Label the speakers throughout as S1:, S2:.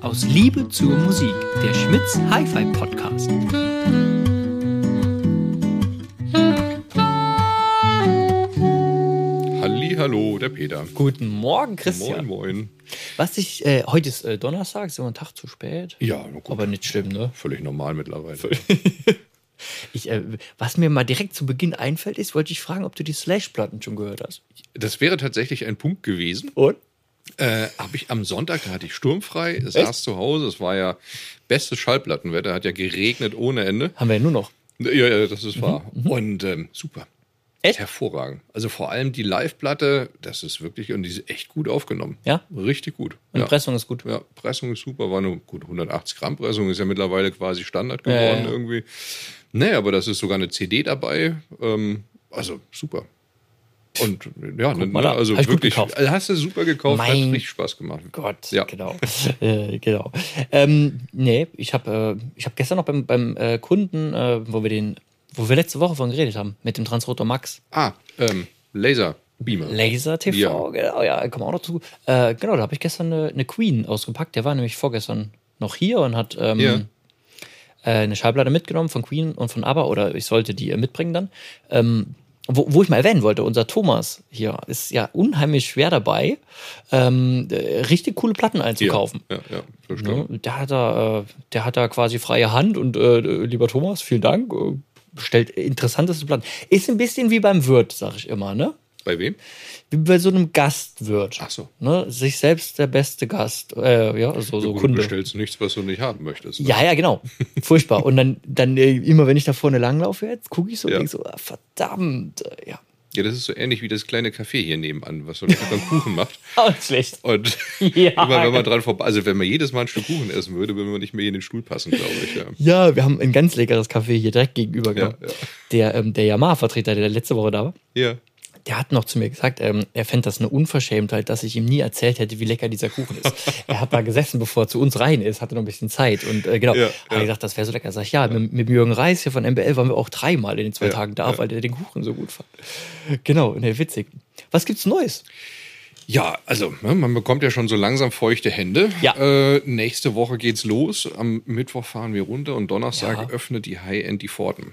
S1: Aus Liebe zur Musik, der Schmitz Hi-Fi Podcast.
S2: Halli, hallo, der Peter.
S1: Guten Morgen, Christian.
S2: Moin, moin.
S1: Was ich, äh, heute ist äh, Donnerstag, ist immer ein Tag zu spät.
S2: Ja, na gut.
S1: Aber nicht schlimm, ne?
S2: völlig normal mittlerweile.
S1: Ich, äh, was mir mal direkt zu Beginn einfällt, ist, wollte ich fragen, ob du die Slash-Platten schon gehört hast.
S2: Das wäre tatsächlich ein Punkt gewesen.
S1: Und?
S2: Äh, hab ich am Sonntag, da hatte ich sturmfrei, saß zu Hause, es war ja bestes Schallplattenwetter, hat ja geregnet ohne Ende.
S1: Haben wir ja nur noch.
S2: Ja, ja, das ist wahr. Und ähm, super.
S1: Mhm, Echt?
S2: Hervorragend. Also vor allem die Live-Platte, das ist wirklich, und die ist echt gut aufgenommen.
S1: Ja?
S2: Richtig gut.
S1: Und
S2: ja.
S1: Pressung ist gut.
S2: Ja, Pressung ist super, war nur gut 180 Gramm Pressung, ist ja mittlerweile quasi Standard geworden
S1: ja.
S2: irgendwie. Nee, aber das ist sogar eine CD dabei. Ähm, also super. Und ja, ne,
S1: mal da.
S2: also
S1: Hab ich gut
S2: wirklich,
S1: gekauft.
S2: also hast du super gekauft, hat
S1: Mein
S2: richtig Spaß gemacht.
S1: Gott,
S2: Ja.
S1: genau. äh, genau. Ähm, nee, ich habe äh, ich hab gestern noch beim, beim äh, Kunden, äh, wo wir den, wo wir letzte Woche von geredet haben, mit dem Transrotor Max.
S2: Ah, ähm, Laser Beamer.
S1: Laser TV,
S2: Ja.
S1: genau, ja, kommen wir auch noch zu. Äh, genau, da habe ich gestern eine, eine Queen ausgepackt. Der war nämlich vorgestern noch hier und hat ähm,
S2: Ja.
S1: äh, eine Schallplatte mitgenommen von Queen und von ABBA oder ich sollte die äh, mitbringen dann. Ähm, wo, wo ich mal erwähnen wollte, unser Thomas hier ist ja unheimlich schwer dabei, ähm, äh, richtig coole Platten
S2: ja,
S1: einzukaufen.
S2: Ja, ja, verstanden.
S1: Ne? Der, hat da, äh, der hat da quasi freie Hand und äh, lieber Thomas, vielen Dank. Äh, bestellt interessanteste Platten. Ist ein bisschen wie beim Wirt, sag ich immer, ne?
S2: Bei wem?
S1: wie bei so einem Gast wird.
S2: Ach so.
S1: Ne? Sich selbst der beste Gast. Äh, ja, so, so
S2: Gut,
S1: Kunde.
S2: Du bestellst nichts, was du nicht haben möchtest. ne?
S1: Ja, ja, genau. Furchtbar. Und dann, dann äh, immer, wenn ich da vorne langlaufe jetzt, gucke ich so
S2: Ja.
S1: und denk so, ah, verdammt. äh, Ja,
S2: ja, das ist so ähnlich wie das kleine Café hier nebenan, was so einen leckeren Kuchen macht.
S1: auch schlecht.
S2: Und
S1: Ja.
S2: immer wenn man dran vorbei, also wenn man jedes Mal ein Stück Kuchen essen würde, würde man nicht mehr in den Stuhl passen, glaube ich. Ja.
S1: Ja, wir haben ein ganz leckeres Café hier direkt gegenüber. genommen.
S2: ja.
S1: Der, ähm, der Yamaha-Vertreter, der letzte Woche da war,
S2: ja.
S1: der hat noch zu mir gesagt, ähm, er fände das eine Unverschämtheit, dass ich ihm nie erzählt hätte, wie lecker dieser Kuchen ist. er hat da gesessen, bevor er zu uns rein ist, hatte noch ein bisschen Zeit und äh, genau,
S2: Ja,
S1: hat
S2: ja.
S1: er gesagt, das wäre so lecker. Sag ich, ja, mit, mit Jürgen Reis hier von MBL waren wir auch dreimal in den zwei
S2: Ja,
S1: Tagen da, weil der den Kuchen so gut fand. Genau, ne, witzig. Was gibt's Neues?
S2: Ja, also ne, man bekommt ja schon so langsam feuchte Hände.
S1: Ja.
S2: Äh, nächste Woche geht's los. Am Mittwoch fahren wir runter und Donnerstag öffnet die High-End die Pforten.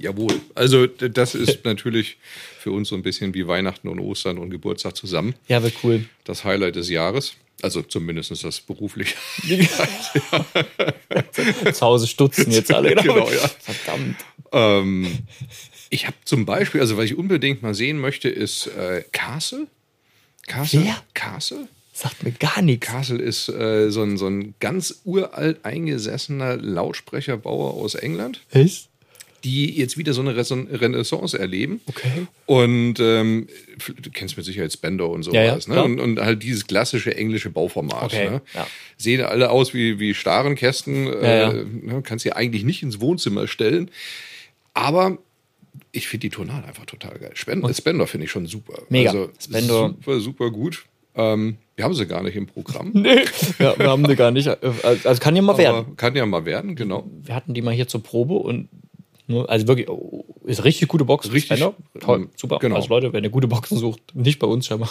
S2: Jawohl. Also d- das ist natürlich für uns so ein bisschen wie Weihnachten und Ostern und Geburtstag zusammen.
S1: Ja, wird cool.
S2: Das Highlight des Jahres. Also zumindest das berufliche.
S1: Zu Hause stutzen jetzt alle.
S2: Genau, ja.
S1: Verdammt.
S2: ähm, ich habe zum Beispiel, also was ich unbedingt mal sehen möchte, ist äh, Castle. Castle?
S1: Wer?
S2: Castle?
S1: Sagt mir gar nichts.
S2: Castle ist äh, so, ein, so ein ganz uralt eingesessener Lautsprecherbauer aus England,
S1: Ist?
S2: die jetzt wieder so eine Reson- Renaissance erleben.
S1: Okay.
S2: Und ähm, du kennst mit Sicherheit Spender und sowas,
S1: Ja, ja,
S2: ne?
S1: klar.
S2: Und, und halt dieses klassische englische Bauformat.
S1: Okay,
S2: Ne?
S1: ja.
S2: Sehen alle aus wie, wie starren Kästen. äh,
S1: ja.
S2: Ne? Kannst sie eigentlich nicht ins Wohnzimmer stellen. Aber ich finde die Tonal einfach total geil. Spender, Spender finde ich schon super.
S1: Mega.
S2: Also
S1: Spender-
S2: super, super gut. Ähm, wir haben sie gar nicht im Programm.
S1: Ja, wir haben die gar nicht. äh, Also kann ja mal werden.
S2: Aber kann ja mal werden, genau.
S1: wir hatten die mal hier zur Probe und nur, also wirklich, oh, ist richtig gute Box.
S2: Richtig,
S1: Spender. toll,
S2: ähm,
S1: super.
S2: genau.
S1: Also Leute, wenn ihr gute Boxen sucht, nicht bei uns scheinbar.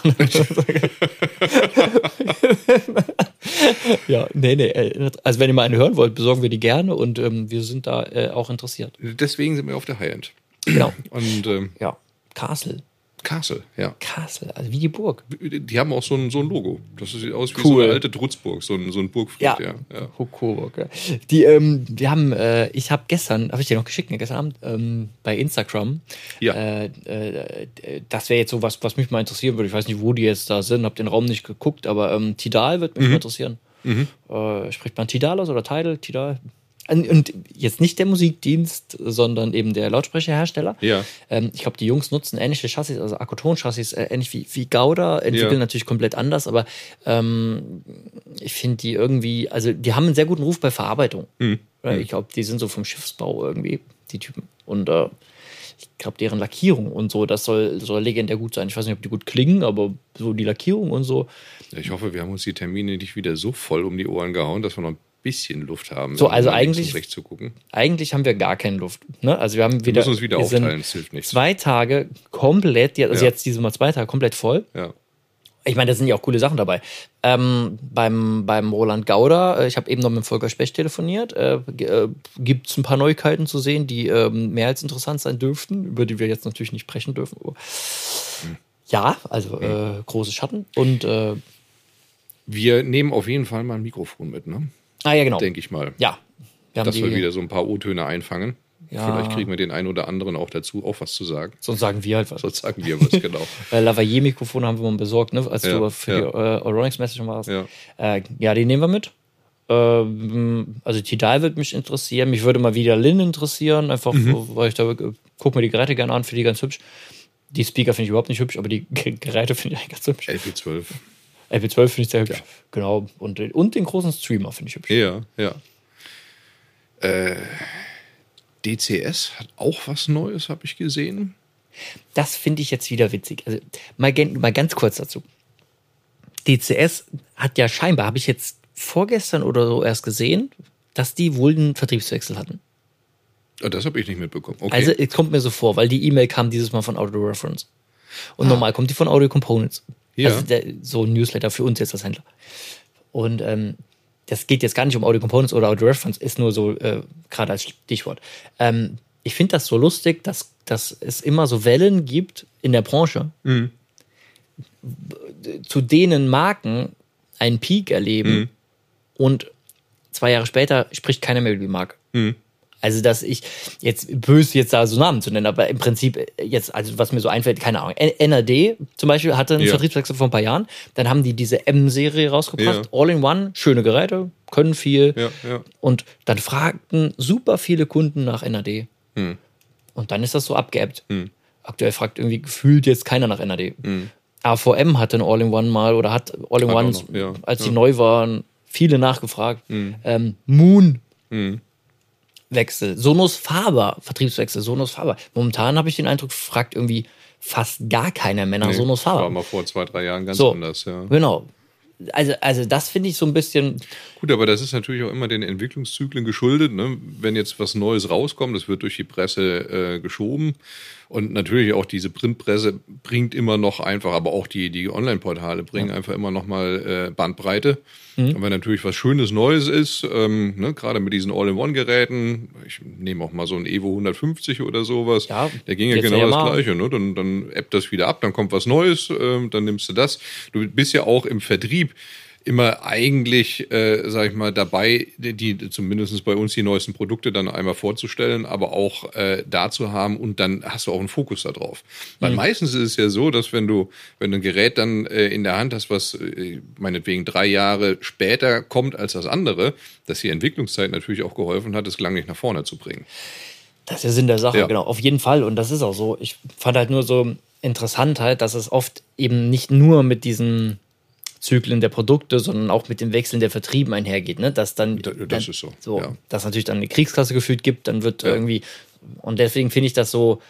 S1: ja, nee, nee. äh, Also wenn ihr mal eine hören wollt, besorgen wir die gerne und ähm, wir sind da äh, auch interessiert.
S2: Deswegen sind wir auf der High-End.
S1: Genau.
S2: Und ähm,
S1: Ja, Castle.
S2: Castle, ja.
S1: Castle, also wie die Burg.
S2: Die haben auch so ein, so ein Logo. Das sieht aus wie so
S1: Cool.
S2: eine alte Trutzburg, so ein, so ein Burgfried.
S1: Ja.
S2: Ja. Ja, ja.
S1: Ho- Coburg, ja. Die, ähm, wir haben, äh, ich habe gestern, habe ich dir noch geschickt, ne, gestern Abend ähm, bei Instagram.
S2: Ja.
S1: Äh, äh, äh, das wäre jetzt so was, was mich mal interessieren würde. Ich weiß nicht, wo die jetzt da sind, habe den Raum nicht geguckt, aber ähm, Tidal wird mich mal interessieren. Äh, spricht man Tidal aus oder Tidal? Tidal? Und, und jetzt nicht der Musikdienst, sondern eben der Lautsprecherhersteller.
S2: Ja.
S1: Ähm, ich glaube, die Jungs nutzen ähnliche Chassis, also Akkoton-Chassis, äh, ähnlich wie, wie Gouda, entwickeln
S2: Ja.
S1: natürlich komplett anders, aber ähm, ich finde die irgendwie, also die haben einen sehr guten Ruf bei Verarbeitung.
S2: Hm.
S1: Ja, Ich glaube, die sind so vom Schiffsbau irgendwie, die Typen. Und äh, ich glaube, deren Lackierung und so, das soll, soll legendär gut sein. Ich weiß nicht, ob die gut klingen, aber so die Lackierung und so.
S2: Ich hoffe, wir haben uns die Termine nicht wieder so voll um die Ohren gehauen, dass wir noch ein bisschen Luft haben.
S1: So, also
S2: um links und
S1: eigentlich-
S2: rechts zu gucken.
S1: Eigentlich haben wir gar keine Luft. Ne? Also wir haben wieder,
S2: Wir müssen uns wieder
S1: wir
S2: aufteilen,
S1: sind
S2: es hilft nichts.
S1: zwei Tage komplett, also
S2: Ja.
S1: jetzt diese Mal zwei Tage komplett voll.
S2: Ja.
S1: Ich meine, da sind ja auch coole Sachen dabei. Ähm, beim, beim Roland Gauder, äh, ich habe eben noch mit Volker Specht telefoniert, äh, g- äh, gibt es ein paar Neuigkeiten zu sehen, die ähm, mehr als interessant sein dürften, über die wir jetzt natürlich nicht sprechen dürfen. Aber ja, also äh, große Schatten und äh,
S2: Wir nehmen auf jeden Fall mal ein Mikrofon mit, ne?
S1: ah ja, genau.
S2: denke ich mal.
S1: Ja, wir haben
S2: Dass wir
S1: die,
S2: wieder so ein paar O-Töne einfangen.
S1: Ja.
S2: Vielleicht kriegen wir den einen oder anderen auch dazu, auch was zu sagen.
S1: sonst sagen wir halt was.
S2: Sonst sagen wir was, genau.
S1: Äh, Lavalier-Mikrofone haben wir mal besorgt, ne? als
S2: Ja,
S1: du für
S2: ja.
S1: die äh, Euronics Message warst.
S2: Ja.
S1: Äh, ja, die nehmen wir mit. Ähm, also Tidal wird mich interessieren. Mich würde mal wieder Lin interessieren, einfach
S2: Mhm.
S1: weil ich da äh, guck mir die Geräte gerne an, finde die ganz hübsch. Die Speaker finde ich überhaupt nicht hübsch, aber die G- Geräte finde ich eigentlich ganz hübsch.
S2: LP12.
S1: LP12 finde ich sehr hübsch. Genau. Und, den- und den großen Streamer finde ich hübsch.
S2: Ja, ja. Äh, DCS hat auch was Neues, habe ich gesehen.
S1: Das finde ich jetzt wieder witzig. Also mal, gen- mal ganz kurz dazu. DCS hat ja scheinbar, habe ich jetzt vorgestern oder so erst gesehen, dass die wohl einen Vertriebswechsel hatten.
S2: Ah, Das habe ich nicht mitbekommen. Okay.
S1: Also es kommt mir so vor, weil die E-Mail kam dieses Mal von Audio Reference. Und normal kommt die von Audio Components.
S2: Ah. Ja.
S1: Also der, so ein Newsletter für uns jetzt als Händler. Und ähm, das geht jetzt gar nicht um Audio Components oder Audio Reference, ist nur so äh, gerade als Stichwort. Ähm, ich finde das so lustig, dass, dass es immer so Wellen gibt in der Branche,
S2: Mhm.
S1: zu denen Marken einen Peak erleben
S2: Mhm.
S1: und zwei Jahre später spricht keiner mehr über die Marke.
S2: Mhm.
S1: Also, dass ich jetzt böse jetzt da so Namen zu nennen, aber im Prinzip jetzt, also was mir so einfällt, keine Ahnung. N- NRD zum Beispiel hatte einen
S2: Ja.
S1: Vertriebswechsel vor ein paar Jahren. Dann haben die diese M-Serie rausgebracht,
S2: Ja.
S1: All in One, schöne Geräte, können viel.
S2: Ja, ja.
S1: Und dann fragten super viele Kunden nach NRD. Und dann ist das so abgeebbt.
S2: Hm.
S1: Aktuell fragt irgendwie gefühlt jetzt keiner nach NRD. AVM hatte ein All-in-One mal oder hat All-in-One,
S2: Hat auch noch, ja,
S1: als sie
S2: ja. Hm.
S1: neu waren, viele nachgefragt. Ähm, Moon. Wechsel. Sonos Faber, Vertriebswechsel, Sonos Faber. Momentan habe ich den Eindruck, fragt irgendwie fast gar keiner mehr nach
S2: Nee,
S1: Sonos
S2: War
S1: Faber.
S2: mal vor zwei, drei Jahren ganz
S1: So.
S2: anders, ja.
S1: Genau. Also, also das finde ich so ein bisschen,
S2: Gut, aber das ist natürlich auch immer den Entwicklungszyklen geschuldet. Ne? Wenn jetzt was Neues rauskommt, das wird durch die Presse äh, geschoben. Und natürlich auch diese Printpresse bringt immer noch einfach, aber auch die, die Online-Portale bringen einfach immer noch mal äh, Bandbreite.
S1: Mhm.
S2: Und wenn natürlich was Schönes Neues ist, ähm, ne? gerade mit diesen All-in-One-Geräten, ich nehme auch mal so ein Evo 150 oder sowas,
S1: Ja,
S2: der ging ja
S1: jetzt
S2: genau
S1: ja
S2: das
S1: mal.
S2: Gleiche. Ne? Dann, dann ebbt das wieder ab, dann kommt was Neues, ähm, dann nimmst du das. Du bist ja auch im Vertrieb immer eigentlich, äh, sag ich mal, dabei, die, die zumindest bei uns die neuesten Produkte dann einmal vorzustellen, aber auch äh, da zu haben und dann hast du auch einen Fokus darauf. Weil meistens ist es ja so, dass wenn du, wenn du ein Gerät dann äh, in der Hand hast, was äh, meinetwegen drei Jahre später kommt als das andere, dass die Entwicklungszeit natürlich auch geholfen hat, es klanglich nach vorne zu bringen.
S1: Das ist der Sinn der Sache,
S2: Ja.
S1: genau. Auf jeden Fall. Und das ist auch so. Ich fand halt nur so interessant halt, dass es oft eben nicht nur mit diesen Zyklen der Produkte, sondern auch mit den Wechseln der Vertrieben einhergeht. Ne? Dass dann,
S2: Da- das
S1: dann,
S2: ist so, ja.
S1: Dass natürlich dann eine Kriegskasse gefühlt gibt, dann wird
S2: Ja.
S1: irgendwie. Und deswegen finde ich das so,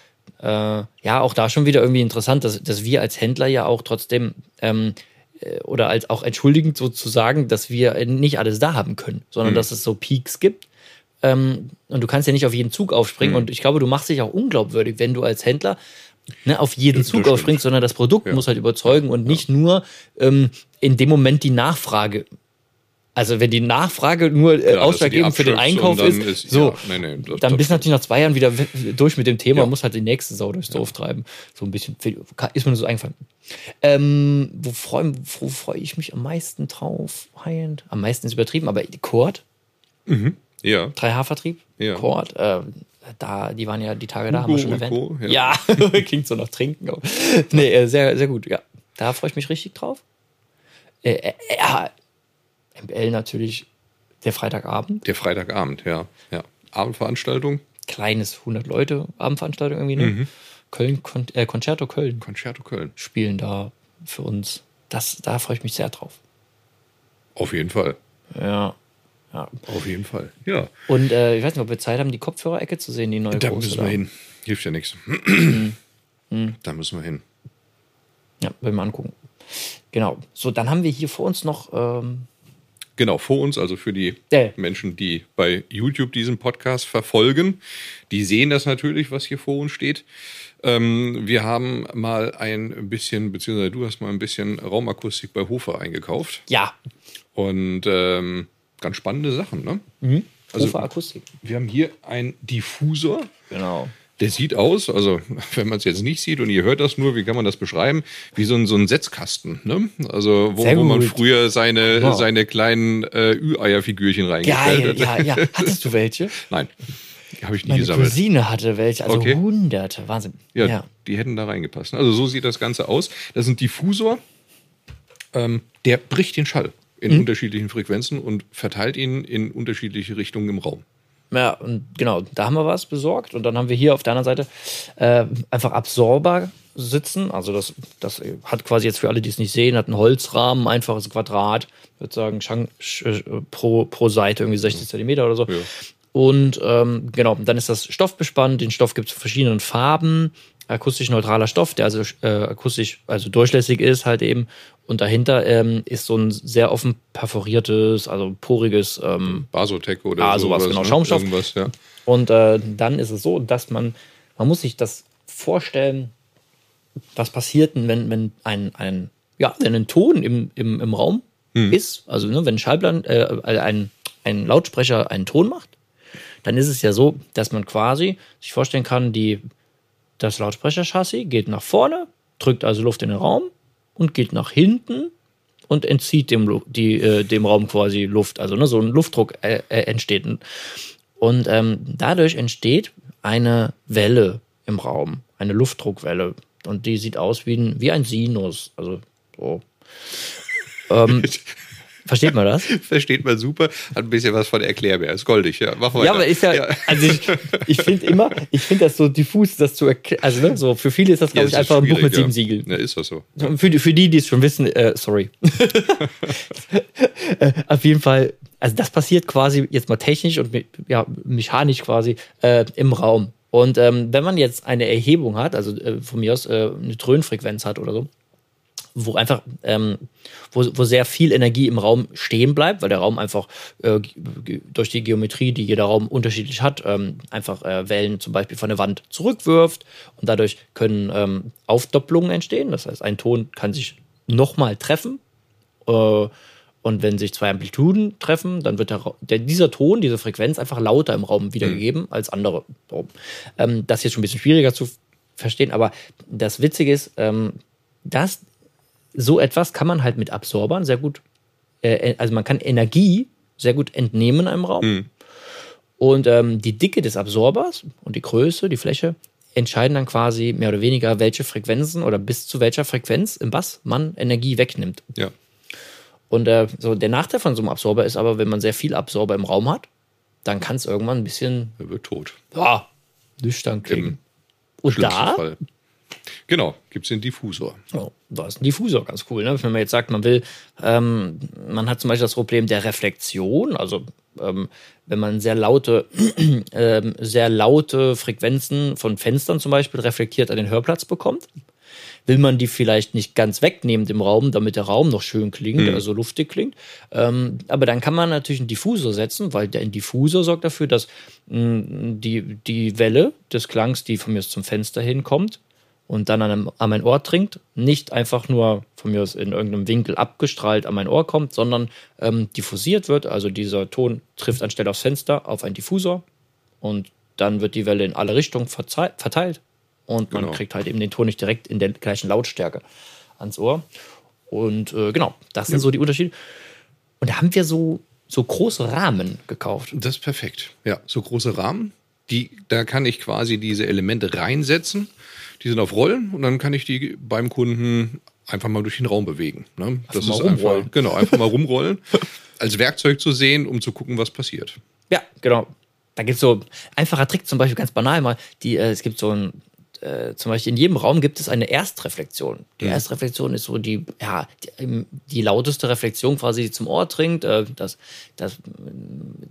S1: äh, ja, auch da schon wieder irgendwie interessant, dass, dass wir als Händler ja auch trotzdem. Ähm, äh, oder als auch entschuldigend sozusagen, dass wir äh, nicht alles da haben können, sondern
S2: Mhm.
S1: dass es so Peaks gibt, ähm, und du kannst ja nicht auf jeden Zug aufspringen.
S2: Mhm.
S1: Und ich glaube, du machst dich auch unglaubwürdig, wenn du als Händler ne, auf jeden
S2: das
S1: Zug
S2: stimmt.
S1: aufspringst, sondern das Produkt
S2: Ja.
S1: muss halt überzeugen und nicht nur ähm, in dem Moment die Nachfrage. Also wenn die Nachfrage nur äh,
S2: Ja, dass du die
S1: ausschlaggebend für den
S2: abschöpfst
S1: Einkauf
S2: und
S1: ist,
S2: dann ist-
S1: so,
S2: ja, nee, nee, das-
S1: dann
S2: das
S1: bist du natürlich nach zwei Jahren wieder w- durch mit dem Thema,
S2: Ja.
S1: muss halt die nächste Sau durchs Dorf treiben. So ein bisschen, ist mir nur so eingefallen. Ähm, wo freue wo freu ich mich am meisten drauf? High-End? Am meisten ist übertrieben, aber Kord?
S2: Ja.
S1: 3H-Vertrieb,
S2: Ja.
S1: Kord, äh, da, die waren ja die Tage da, haben
S2: Hugo
S1: wir schon
S2: und
S1: erwähnt.
S2: Co.,
S1: ja,
S2: ja.
S1: klingt so nach Trinken. Aber nee, äh, sehr, sehr gut, ja. Da freue ich mich richtig drauf. Äh, äh, ja, ML natürlich, der Freitagabend,
S2: Der Freitagabend, ja. ja. Abendveranstaltung,
S1: kleines 100-Leute-Abendveranstaltung irgendwie, ne?
S2: Mhm.
S1: Köln, Kon äh, Concerto Köln
S2: Concerto Köln.
S1: spielen da für uns. Das, da freue ich mich sehr drauf.
S2: Auf jeden Fall.
S1: Ja. ja.
S2: Auf jeden Fall. Ja.
S1: Und äh, ich weiß nicht, ob wir Zeit haben, die Kopfhörerecke zu sehen, die neue
S2: Da
S1: große
S2: müssen
S1: da.
S2: wir hin. Hilft ja nichts. Mhm. Da müssen wir hin.
S1: Ja, will ich mal angucken. Genau. So, dann haben wir hier vor uns noch ähm,
S2: Genau, vor uns, also für die
S1: Ja.
S2: Menschen, die bei YouTube diesen Podcast verfolgen. Die sehen das natürlich, was hier vor uns steht. Ähm, wir haben mal ein bisschen, beziehungsweise du hast mal ein bisschen Raumakustik bei Hofer eingekauft.
S1: Ja,
S2: Und ähm, ganz spannende Sachen, ne? Also-
S1: Hofer Akustik.
S2: Wir haben hier einen Diffusor.
S1: Genau.
S2: Der sieht aus, also wenn man es jetzt nicht sieht und ihr hört das nur, wie kann man das beschreiben? Wie so ein, so ein Setzkasten, ne? Also wo,
S1: Sehr
S2: wo man
S1: gut.
S2: früher seine,
S1: Wow.
S2: seine kleinen äh, Ü-Eier-Figürchen reingestellt
S1: Geil,
S2: hat.
S1: ja, ja. Hattest du welche?
S2: Nein, die habe ich nie
S1: Meine
S2: gesammelt.
S1: Cousine hatte welche, also
S2: Okay.
S1: hunderte. Wahnsinn.
S2: Ja,
S1: ja.
S2: die hätten da reingepasst. Also so sieht das Ganze aus. Das ist ein Diffusor, ähm, der bricht den Schall in
S1: Hm?
S2: unterschiedlichen Frequenzen und verteilt ihn in unterschiedliche Richtungen im Raum.
S1: Ja, und genau, da haben wir was besorgt und dann haben wir hier auf der anderen Seite äh, einfach Absorber sitzen. Also das, das hat quasi jetzt für alle, die es nicht sehen, hat einen Holzrahmen, einfaches Quadrat, würde sagen, Schang, sch, äh, pro, pro Seite irgendwie 60 Zentimeter oder so. Und ähm, genau, dann ist das Stoff bespannt. Den Stoff gibt es in verschiedenen Farben. Akustisch neutraler Stoff, der also äh, akustisch, also durchlässig ist, halt eben. Und dahinter ähm, ist so ein sehr offen perforiertes, also poriges ähm,
S2: Basotec oder
S1: Ah, sowas, genau.
S2: ne?
S1: Schaumstoff.
S2: Irgendwas, ja.
S1: und äh, dann ist es so, dass man, man muss sich das vorstellen, was passiert, denn, wenn, wenn ein, ein, ja, wenn ein Ton im, im, im Raum ist, also ne, wenn ein Schallplan, äh, ein, ein Lautsprecher einen Ton macht, dann ist es ja so, dass man quasi sich vorstellen kann, die, das Lautsprecherchassis geht nach vorne, drückt also Luft in den Raum und geht nach hinten und entzieht dem, Lu- die, äh, dem Raum quasi Luft. Also ne, so ein Luftdruck äh, äh, entsteht. Und ähm, dadurch entsteht eine Welle im Raum, eine Luftdruckwelle. Und die sieht aus wie ein, wie ein Sinus. Also so. ähm, versteht man das?
S2: Versteht man super, hat ein bisschen was von Erklärbär. Ist goldig, ja. Mach weiter.
S1: Ja, aber ist ja, also ich, ich finde immer, ich finde das so diffus, das zu erklären. Also ne, so für viele ist das,
S2: Ja,
S1: glaube
S2: es
S1: ich,
S2: ist
S1: einfach ein Buch
S2: schwierig,
S1: mit
S2: ja.
S1: sieben Siegeln.
S2: Ja, ist das so.
S1: Für die, für die, die es schon wissen, äh, sorry. Äh, Auf jeden Fall, also das passiert quasi jetzt mal technisch und me- ja, mechanisch quasi äh, im Raum. Und ähm, wenn man jetzt eine Erhebung hat, also äh, von mir aus äh, eine Trönfrequenz hat oder so, wo einfach, ähm, wo, wo sehr viel Energie im Raum stehen bleibt, weil der Raum einfach äh, ge- durch die Geometrie, die jeder Raum unterschiedlich hat, ähm, einfach äh, Wellen zum Beispiel von der Wand zurückwirft und dadurch können ähm, Aufdoppelungen entstehen. Das heißt, ein Ton kann sich nochmal treffen äh, und wenn sich zwei Amplituden treffen, dann wird der, Ra- der, dieser Ton, diese Frequenz einfach lauter im Raum wiedergegeben als andere. So. Ähm, das ist jetzt schon ein bisschen schwieriger zu verstehen, aber das Witzige ist, ähm, dass so etwas kann man halt mit Absorbern sehr gut, äh, also man kann Energie sehr gut entnehmen einem Raum. Und ähm, die Dicke des Absorbers und die Größe, die Fläche, entscheiden dann quasi mehr oder weniger, welche Frequenzen oder bis zu welcher Frequenz im Bass man Energie wegnimmt.
S2: Ja.
S1: Und äh, so der Nachteil von so einem Absorber ist aber, wenn man sehr viel Absorber im Raum hat, dann kann es irgendwann ein bisschen
S2: Er wird tot.
S1: ah, nüchtern klingen. Und
S2: Schlimmsten
S1: da,
S2: Fall. Genau, gibt es den Diffusor.
S1: oh, da ist ein Diffusor ganz cool. Ne? Wenn man jetzt sagt, man will, ähm, man hat zum Beispiel das Problem der Reflexion, also ähm, wenn man sehr laute, ähm, sehr laute Frequenzen von Fenstern zum Beispiel reflektiert an den Hörplatz bekommt, will man die vielleicht nicht ganz wegnehmen im Raum, damit der Raum noch schön klingt, also luftig klingt. Ähm, aber dann kann man natürlich einen Diffusor setzen, weil der Diffusor sorgt dafür, dass mh, die, die Welle des Klangs, die von mir aus zum Fenster hinkommt und dann an, einem, an mein Ohr dringt, nicht einfach nur von mir aus in irgendeinem Winkel abgestrahlt an mein Ohr kommt, sondern ähm, diffusiert wird. Also dieser Ton trifft anstelle aufs Fenster auf einen Diffusor und dann wird die Welle in alle Richtungen verzei- verteilt und man
S2: Genau.
S1: kriegt halt eben den Ton nicht direkt in der gleichen Lautstärke ans Ohr. Und äh, genau, das sind so die Unterschiede. Und da haben wir so, so große Rahmen gekauft.
S2: Das ist perfekt. Ja, so große Rahmen. Die, da kann ich quasi diese Elemente reinsetzen. Die sind auf Rollen und dann kann ich die beim Kunden einfach mal durch den Raum bewegen. Ne? Das
S1: mal
S2: ist
S1: rumrollen.
S2: einfach, genau, einfach mal rumrollen. als Werkzeug zu sehen, um zu gucken, was passiert.
S1: Ja, genau. Da gibt es so einfacher Trick, zum Beispiel ganz banal mal, die, äh, es gibt so ein, äh, zum Beispiel in jedem Raum gibt es eine Erstreflexion. Die Erstreflexion ist so die, ja, die, ähm, die lauteste Reflexion quasi, die zum Ohr dringt. Äh, das, das, äh,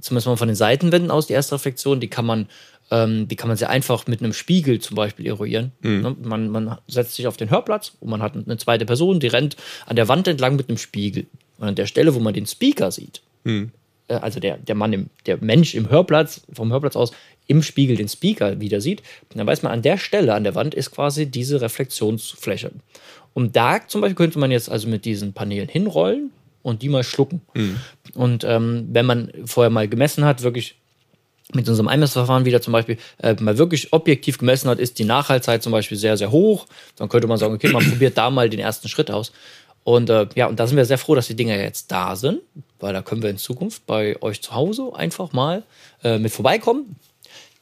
S1: zumindest mal von den Seitenwänden aus, die Erstreflexion, die kann man, ähm, die kann man sehr einfach mit einem Spiegel zum Beispiel eruieren. Ne? Man, man setzt sich auf den Hörplatz und man hat eine zweite Person, die rennt an der Wand entlang mit einem Spiegel. Und an der Stelle, wo man den Speaker sieht,
S2: Hm.
S1: äh, also der, der Mann, im, der Mensch im Hörplatz, vom Hörplatz aus im Spiegel den Speaker wieder sieht, dann weiß man, an der Stelle an der Wand ist quasi diese Reflexionsfläche. Und da zum Beispiel könnte man jetzt also mit diesen Paneelen hinrollen und die mal schlucken. Und ähm, wenn man vorher mal gemessen hat, wirklich mit unserem Einmessverfahren wieder zum Beispiel äh, mal wirklich objektiv gemessen hat, ist die Nachhaltigkeit zum Beispiel sehr, sehr hoch. Dann könnte man sagen, okay, man probiert da mal den ersten Schritt aus. Und äh, ja, und da sind wir sehr froh, dass die Dinger jetzt da sind, weil da können wir in Zukunft bei euch zu Hause einfach mal äh, mit vorbeikommen.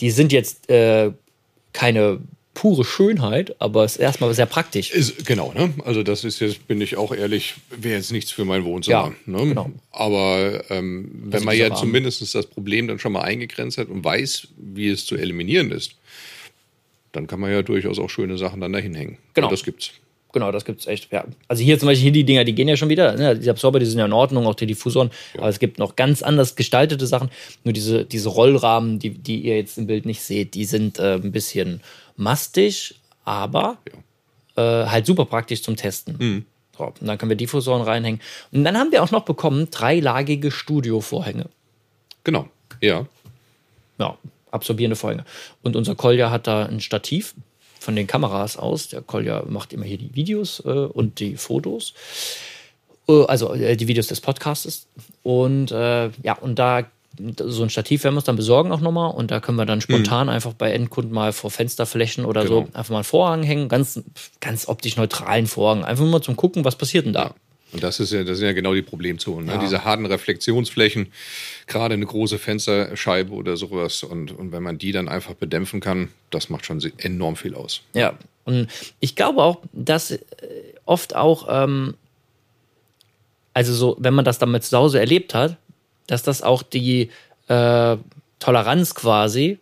S1: Die sind jetzt äh, keine pure Schönheit, aber es ist erstmal sehr praktisch.
S2: Ist, genau, ne? Also das ist jetzt, bin ich auch ehrlich, wäre jetzt nichts für mein Wohnzimmer.
S1: Ja,
S2: ne?
S1: genau.
S2: Aber ähm, wenn
S1: ist
S2: man
S1: dieser
S2: ja
S1: Rahmen.
S2: zumindest das Problem dann schon mal eingegrenzt hat und weiß, wie es zu eliminieren ist, dann kann man ja durchaus auch schöne Sachen dann dahin hängen.
S1: Genau.
S2: Und das gibt's.
S1: Genau, das gibt's echt. Ja. Also hier zum Beispiel, hier die Dinger, die gehen ja schon wieder. Ne? Die Absorber, die sind ja in Ordnung, auch die Diffusoren. Aber es gibt noch ganz anders gestaltete Sachen. Nur diese, diese Rollrahmen, die, die ihr jetzt im Bild nicht seht, die sind äh, ein bisschen mastig, aber äh, halt super praktisch zum Testen. So, und dann können wir Diffusoren reinhängen. Und dann haben wir auch noch bekommen dreilagige Studio-Vorhänge.
S2: Genau. Ja.
S1: Ja, absorbierende Vorhänge. Und unser Kolja hat da ein Stativ von den Kameras aus. Der Kolja macht immer hier die Videos äh, und die Fotos. Äh, also äh, die Videos des Podcastes. Und äh, ja, und da so ein Stativ werden wir uns dann besorgen auch nochmal. Und da können wir dann spontan einfach bei Endkunden mal vor Fensterflächen oder
S2: Genau.
S1: so einfach mal einen Vorhang hängen. Ganz, ganz optisch neutralen Vorhang. Einfach mal zum Gucken, was passiert denn da.
S2: Und das ist ja, das sind ja genau die Problemzonen. Ne? Diese harten Reflexionsflächen, gerade eine große Fensterscheibe oder sowas. Und, und wenn man die dann einfach bedämpfen kann, das macht schon se- enorm viel aus.
S1: Ja, und ich glaube auch, dass äh, oft auch, ähm, also so, wenn man das damit zu Hause erlebt hat, dass das auch die äh, Toleranz quasi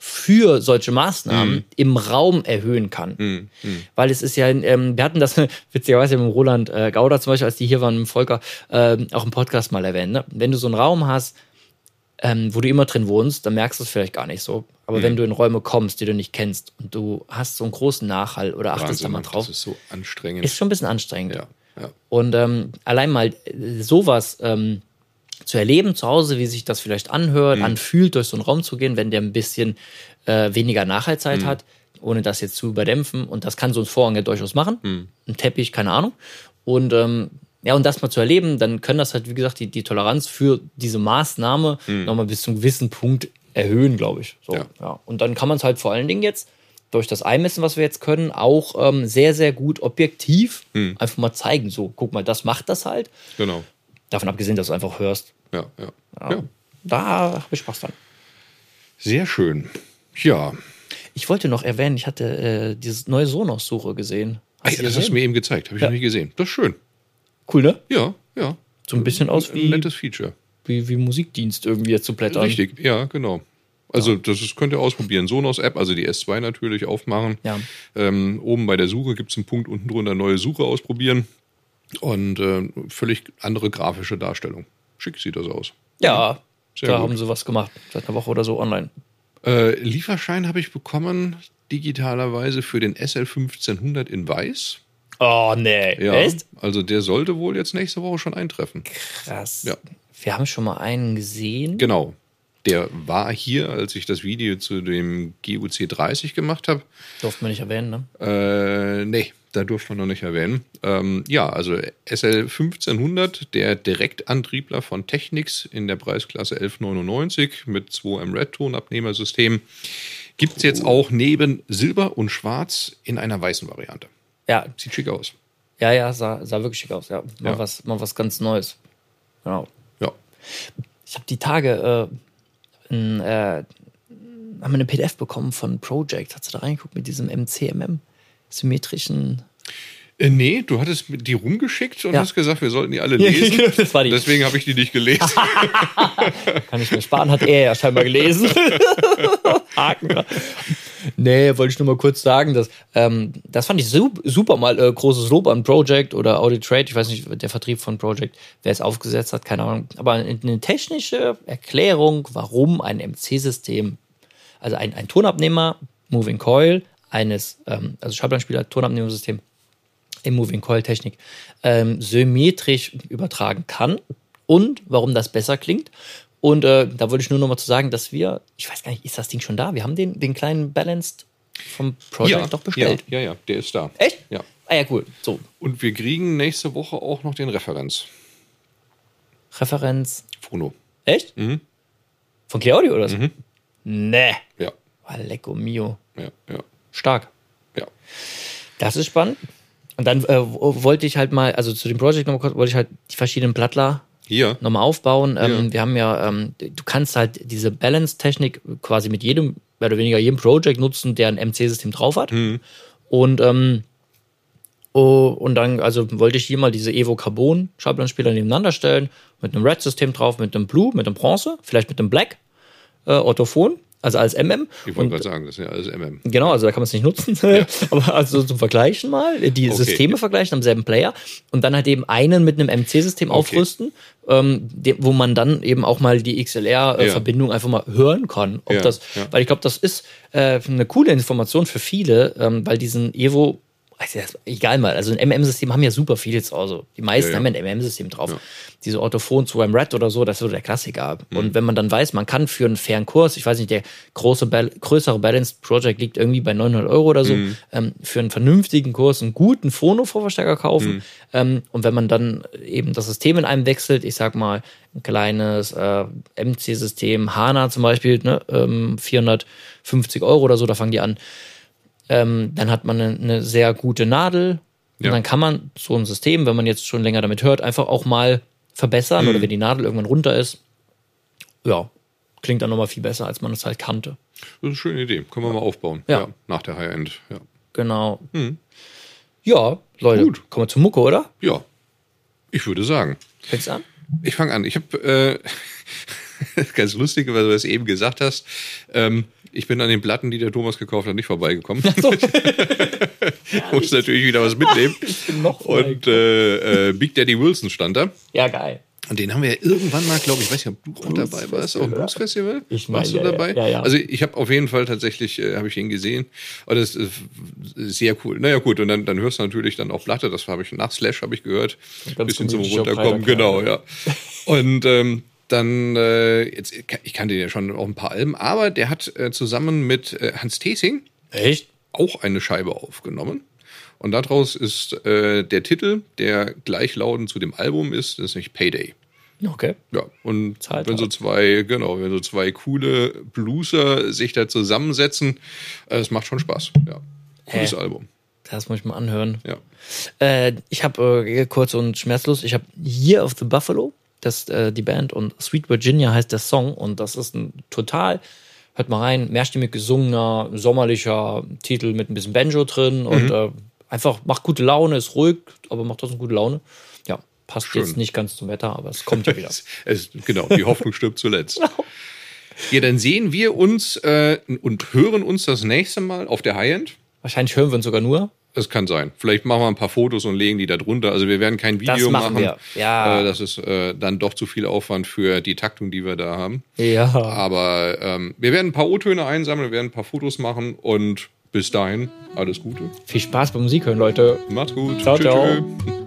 S1: für solche Maßnahmen im Raum erhöhen kann. Weil es ist ja, ähm, wir hatten das witzigerweise mit dem Roland äh, Gauder zum Beispiel, als die hier waren, mit dem Volker, ähm, auch im Podcast mal erwähnt. Ne? Wenn du so einen Raum hast, ähm, wo du immer drin wohnst, dann merkst du es vielleicht gar nicht so. Aber wenn du in Räume kommst, die du nicht kennst und du hast so einen großen Nachhall oder achtest da mal
S2: ne?
S1: drauf,
S2: Das
S1: ist,
S2: ist so anstrengend.
S1: schon ein bisschen anstrengend.
S2: ja, ja.
S1: Und ähm, allein mal äh, sowas ähm, zu erleben zu Hause, wie sich das vielleicht anhört, anfühlt, durch so einen Raum zu gehen, wenn der ein bisschen äh, weniger Nachhaltigkeit hat, ohne das jetzt zu überdämpfen. Und das kann so ein Vorhang ja durchaus machen. Ein Teppich, keine Ahnung. Und ähm, ja, und das mal zu erleben, dann können das halt, wie gesagt, die, die Toleranz für diese Maßnahme nochmal bis zum gewissen Punkt erhöhen, glaube ich. So,
S2: Ja.
S1: ja. Und dann kann man es halt vor allen Dingen jetzt durch das Einmessen, was wir jetzt können, auch ähm, sehr, sehr gut objektiv einfach mal zeigen. So, guck mal, das macht das halt.
S2: Genau.
S1: Davon abgesehen, dass du einfach hörst.
S2: Ja, ja.
S1: Ja.
S2: ja.
S1: Da habe ich Spaß dran.
S2: Sehr schön. Ja.
S1: Ich wollte noch erwähnen, ich hatte äh, dieses neue Sonos-Suche gesehen.
S2: Ey,
S1: du
S2: das hast du
S1: gesehen?
S2: mir eben gezeigt. Habe ich noch nicht gesehen. Das ist schön.
S1: cool, ne?
S2: Ja, ja.
S1: So ein bisschen aus
S2: Äh, Ein
S1: wie,
S2: nettes Feature.
S1: wie, wie Musikdienst irgendwie jetzt zu blättern.
S2: Richtig, ja, genau. Also das ist, könnt ihr ausprobieren. Sonos-App, also die S2 natürlich aufmachen.
S1: Ja.
S2: Ähm, oben bei der Suche gibt es einen Punkt unten drunter neue Suche ausprobieren. Und äh, völlig andere grafische Darstellung. Schick sieht das aus.
S1: Ja,
S2: Sehr
S1: da
S2: gut.
S1: haben sie was gemacht. Seit einer Woche oder so online.
S2: Äh, Lieferschein habe ich bekommen, digitalerweise für den SL1500 in Weiß.
S1: Oh, nee.
S2: Ja,
S1: Echt?
S2: also der sollte wohl jetzt nächste Woche schon eintreffen.
S1: Krass.
S2: Ja.
S1: Wir haben schon mal einen gesehen.
S2: Genau. Der war hier, als ich das Video zu dem GUC 30 gemacht habe.
S1: Durfte man nicht erwähnen, ne?
S2: Äh, nee, da durfte man noch nicht erwähnen. Ähm, ja, also SL1500, der Direktantriebler von Technics in der Preisklasse 1199 mit 2M Red Tonabnehmersystem, gibt es jetzt auch neben Silber und Schwarz in einer weißen Variante.
S1: Ja,
S2: Sieht schick aus.
S1: ja, ja, sah, sah wirklich schick aus. Ja, mal,
S2: Ja.
S1: Was, mal was ganz Neues. Genau.
S2: Ja.
S1: Ich habe die Tage äh, ein, äh, haben wir eine PDF bekommen von Project. Hast du da reingeguckt mit diesem MCMM? Symmetrischen.
S2: Äh, nee, du hattest die rumgeschickt und
S1: Ja. genau,
S2: hast gesagt, wir sollten die alle lesen.
S1: das war die.
S2: Deswegen habe ich die nicht gelesen.
S1: Kann ich mir sparen, hat er ja scheinbar gelesen. Haken. Nee, wollte ich nur mal kurz sagen, dass, ähm, das fand ich sup- super mal äh, großes Lob an Project oder Audi Trade, ich weiß nicht, der Vertrieb von Project, wer es aufgesetzt hat, keine Ahnung. Aber eine technische Erklärung, warum ein MC-System, also ein, ein Tonabnehmer, Moving Coil, eines, ähm, also Schallplattenspieler, Tonabnehmersystem im Moving Coil Technik ähm, symmetrisch übertragen kann und warum das besser klingt. Und äh, da wollte ich nur noch mal zu sagen, dass wir, ich weiß gar nicht, ist das Ding schon da? Wir haben den, den kleinen Balanced vom Project
S2: ja,
S1: doch bestellt.
S2: Ja, ja, ja, der ist da.
S1: Echt?
S2: Ja.
S1: Ah ja, cool. So,
S2: Und wir kriegen nächste Woche auch noch den Referenz.
S1: Referenz.
S2: Bruno.
S1: Echt?
S2: Mhm.
S1: Von Claudio oder so? Nee.
S2: Ja,
S1: Alecco mio.
S2: ja, ja,
S1: Stark.
S2: ja.
S1: Das ist spannend. Und dann äh, wo- wollte ich halt mal, also zu dem Project nochmal kurz, wollte ich halt die verschiedenen Blattler
S2: Hier.
S1: nochmal aufbauen. Ähm,
S2: Ja.
S1: Wir haben ja, ähm, du kannst halt diese Balance-Technik quasi mit jedem, mehr oder weniger jedem Project nutzen, der ein MC-System drauf hat. Und, ähm, oh, und dann, also wollte ich hier mal diese Evo Carbon Schallplattenspieler nebeneinander stellen, mit einem Red-System drauf, mit einem Blue, mit einem Bronze, vielleicht mit einem Black, äh, Orthophon, also als MM.
S2: Ich
S1: Und
S2: wollte gerade sagen, das ist ja alles MM.
S1: Genau, also da kann man es nicht nutzen. Aber also zum Vergleichen mal, die
S2: Okay.
S1: Systeme vergleichen am selben Player und dann halt eben einen mit einem MC-System aufrüsten, ähm, de- wo man dann eben auch mal die
S2: Ja.
S1: XLR-Verbindung äh, einfach mal hören kann. Ob
S2: Ja,
S1: das,
S2: ja.
S1: Weil ich glaube, das ist äh, eine coole Information für viele, ähm, weil diesen Evo, also das- egal mal, also ein MM-System haben ja super viele zu Hause. Die meisten
S2: Ja, ja.
S1: haben ja ein MM-System drauf. Diese Orthophon zu einem Red oder so, das ist so der Klassiker.
S2: Mhm.
S1: Und wenn man dann weiß, man kann für einen fairen Kurs, ich weiß nicht, der große, Bal- größere Balanced Project liegt irgendwie bei 900 Euro oder so, ähm, für einen vernünftigen Kurs einen guten Phono-Vorverstärker kaufen. Ähm, und wenn man dann eben das System in einem wechselt, ich sag mal, ein kleines äh, MC-System, HANA zum Beispiel, ne, ähm, 450 Euro oder so, da fangen die an ähm, dann hat man eine, eine sehr gute Nadel. Und
S2: Ja.
S1: dann kann man so ein System, wenn man jetzt schon länger damit hört, einfach auch mal verbessern oder wenn die Nadel irgendwann runter ist. Ja, klingt dann nochmal viel besser, als man es halt kannte.
S2: Das ist eine schöne Idee. Können wir mal aufbauen.
S1: Ja.
S2: nach der High-End. Ja.
S1: Genau. Ja, Leute,
S2: Gut.
S1: kommen wir zur Mucke, oder?
S2: ja. Ich würde sagen.
S1: Fängt's an?
S2: Ich fange an. Ich habe äh, ganz lustig, weil du das eben gesagt hast. Ähm, ich bin an den Platten, die der Thomas gekauft hat, nicht vorbeigekommen. Muss natürlich wieder was mitnehmen.
S1: noch
S2: Und äh, äh, Big Daddy Wilson stand da.
S1: Ja, geil.
S2: Und den haben wir ja irgendwann mal, glaube ich, ich weiß nicht, ob du auch dabei warst, auf dem Blues Festival.
S1: Ich meine,
S2: Warst du
S1: ja, ja,
S2: dabei?
S1: ja, ja.
S2: Also ich habe auf jeden Fall tatsächlich, äh, habe ich ihn gesehen. Und das ist äh, sehr cool. Naja gut, und dann, dann hörst du natürlich dann auch Platte, das habe ich nach Slash habe ich gehört.
S1: Ganz
S2: bisschen zum
S1: gemütlicher
S2: Runterkommen,
S1: Freitag,
S2: genau, ja. Und ähm, dann, äh, jetzt, ich kannte den ja schon auch ein paar Alben, aber der hat äh, zusammen mit äh, Hans Tesing,
S1: Echt?
S2: auch eine Scheibe aufgenommen. Und daraus ist äh, der Titel, der gleichlautend zu dem Album ist, das ist nämlich Payday.
S1: Okay.
S2: Ja, und
S1: Zahlt
S2: wenn so
S1: ab.
S2: zwei, genau, wenn so zwei coole Blueser sich da zusammensetzen, äh, es macht schon Spaß. Ja. Cooles
S1: Hä?
S2: Album.
S1: Das muss ich mal anhören.
S2: Ja.
S1: Äh, ich habe äh, kurz und schmerzlos, ich habe Year of the Buffalo, das äh, die Band und Sweet Virginia heißt der Song und das ist ein total hört mal rein, mehrstimmig gesungener, sommerlicher Titel mit ein bisschen Banjo drin und äh, einfach macht gute Laune, ist ruhig, aber macht trotzdem gute Laune. Ja, passt jetzt nicht ganz zum Wetter, aber es kommt ja Genau. wieder.
S2: Es, es, genau, die Hoffnung stirbt zuletzt. Ja, dann sehen wir uns äh, und hören uns das nächste Mal auf der High-End.
S1: Wahrscheinlich hören wir uns sogar nur.
S2: Es kann sein. Vielleicht machen wir ein paar Fotos und legen die da drunter. Also wir werden kein Video
S1: Das machen
S2: machen.
S1: wir. Ja.
S2: Äh, das ist äh, dann doch zu viel Aufwand für die Taktung, die wir da haben.
S1: Ja.
S2: Aber ähm, wir werden ein paar O-Töne einsammeln, wir werden ein paar Fotos machen und bis dahin alles Gute.
S1: Viel Spaß beim Musik hören, Leute.
S2: Macht's gut.
S1: Ciao, ciao.
S2: tschö.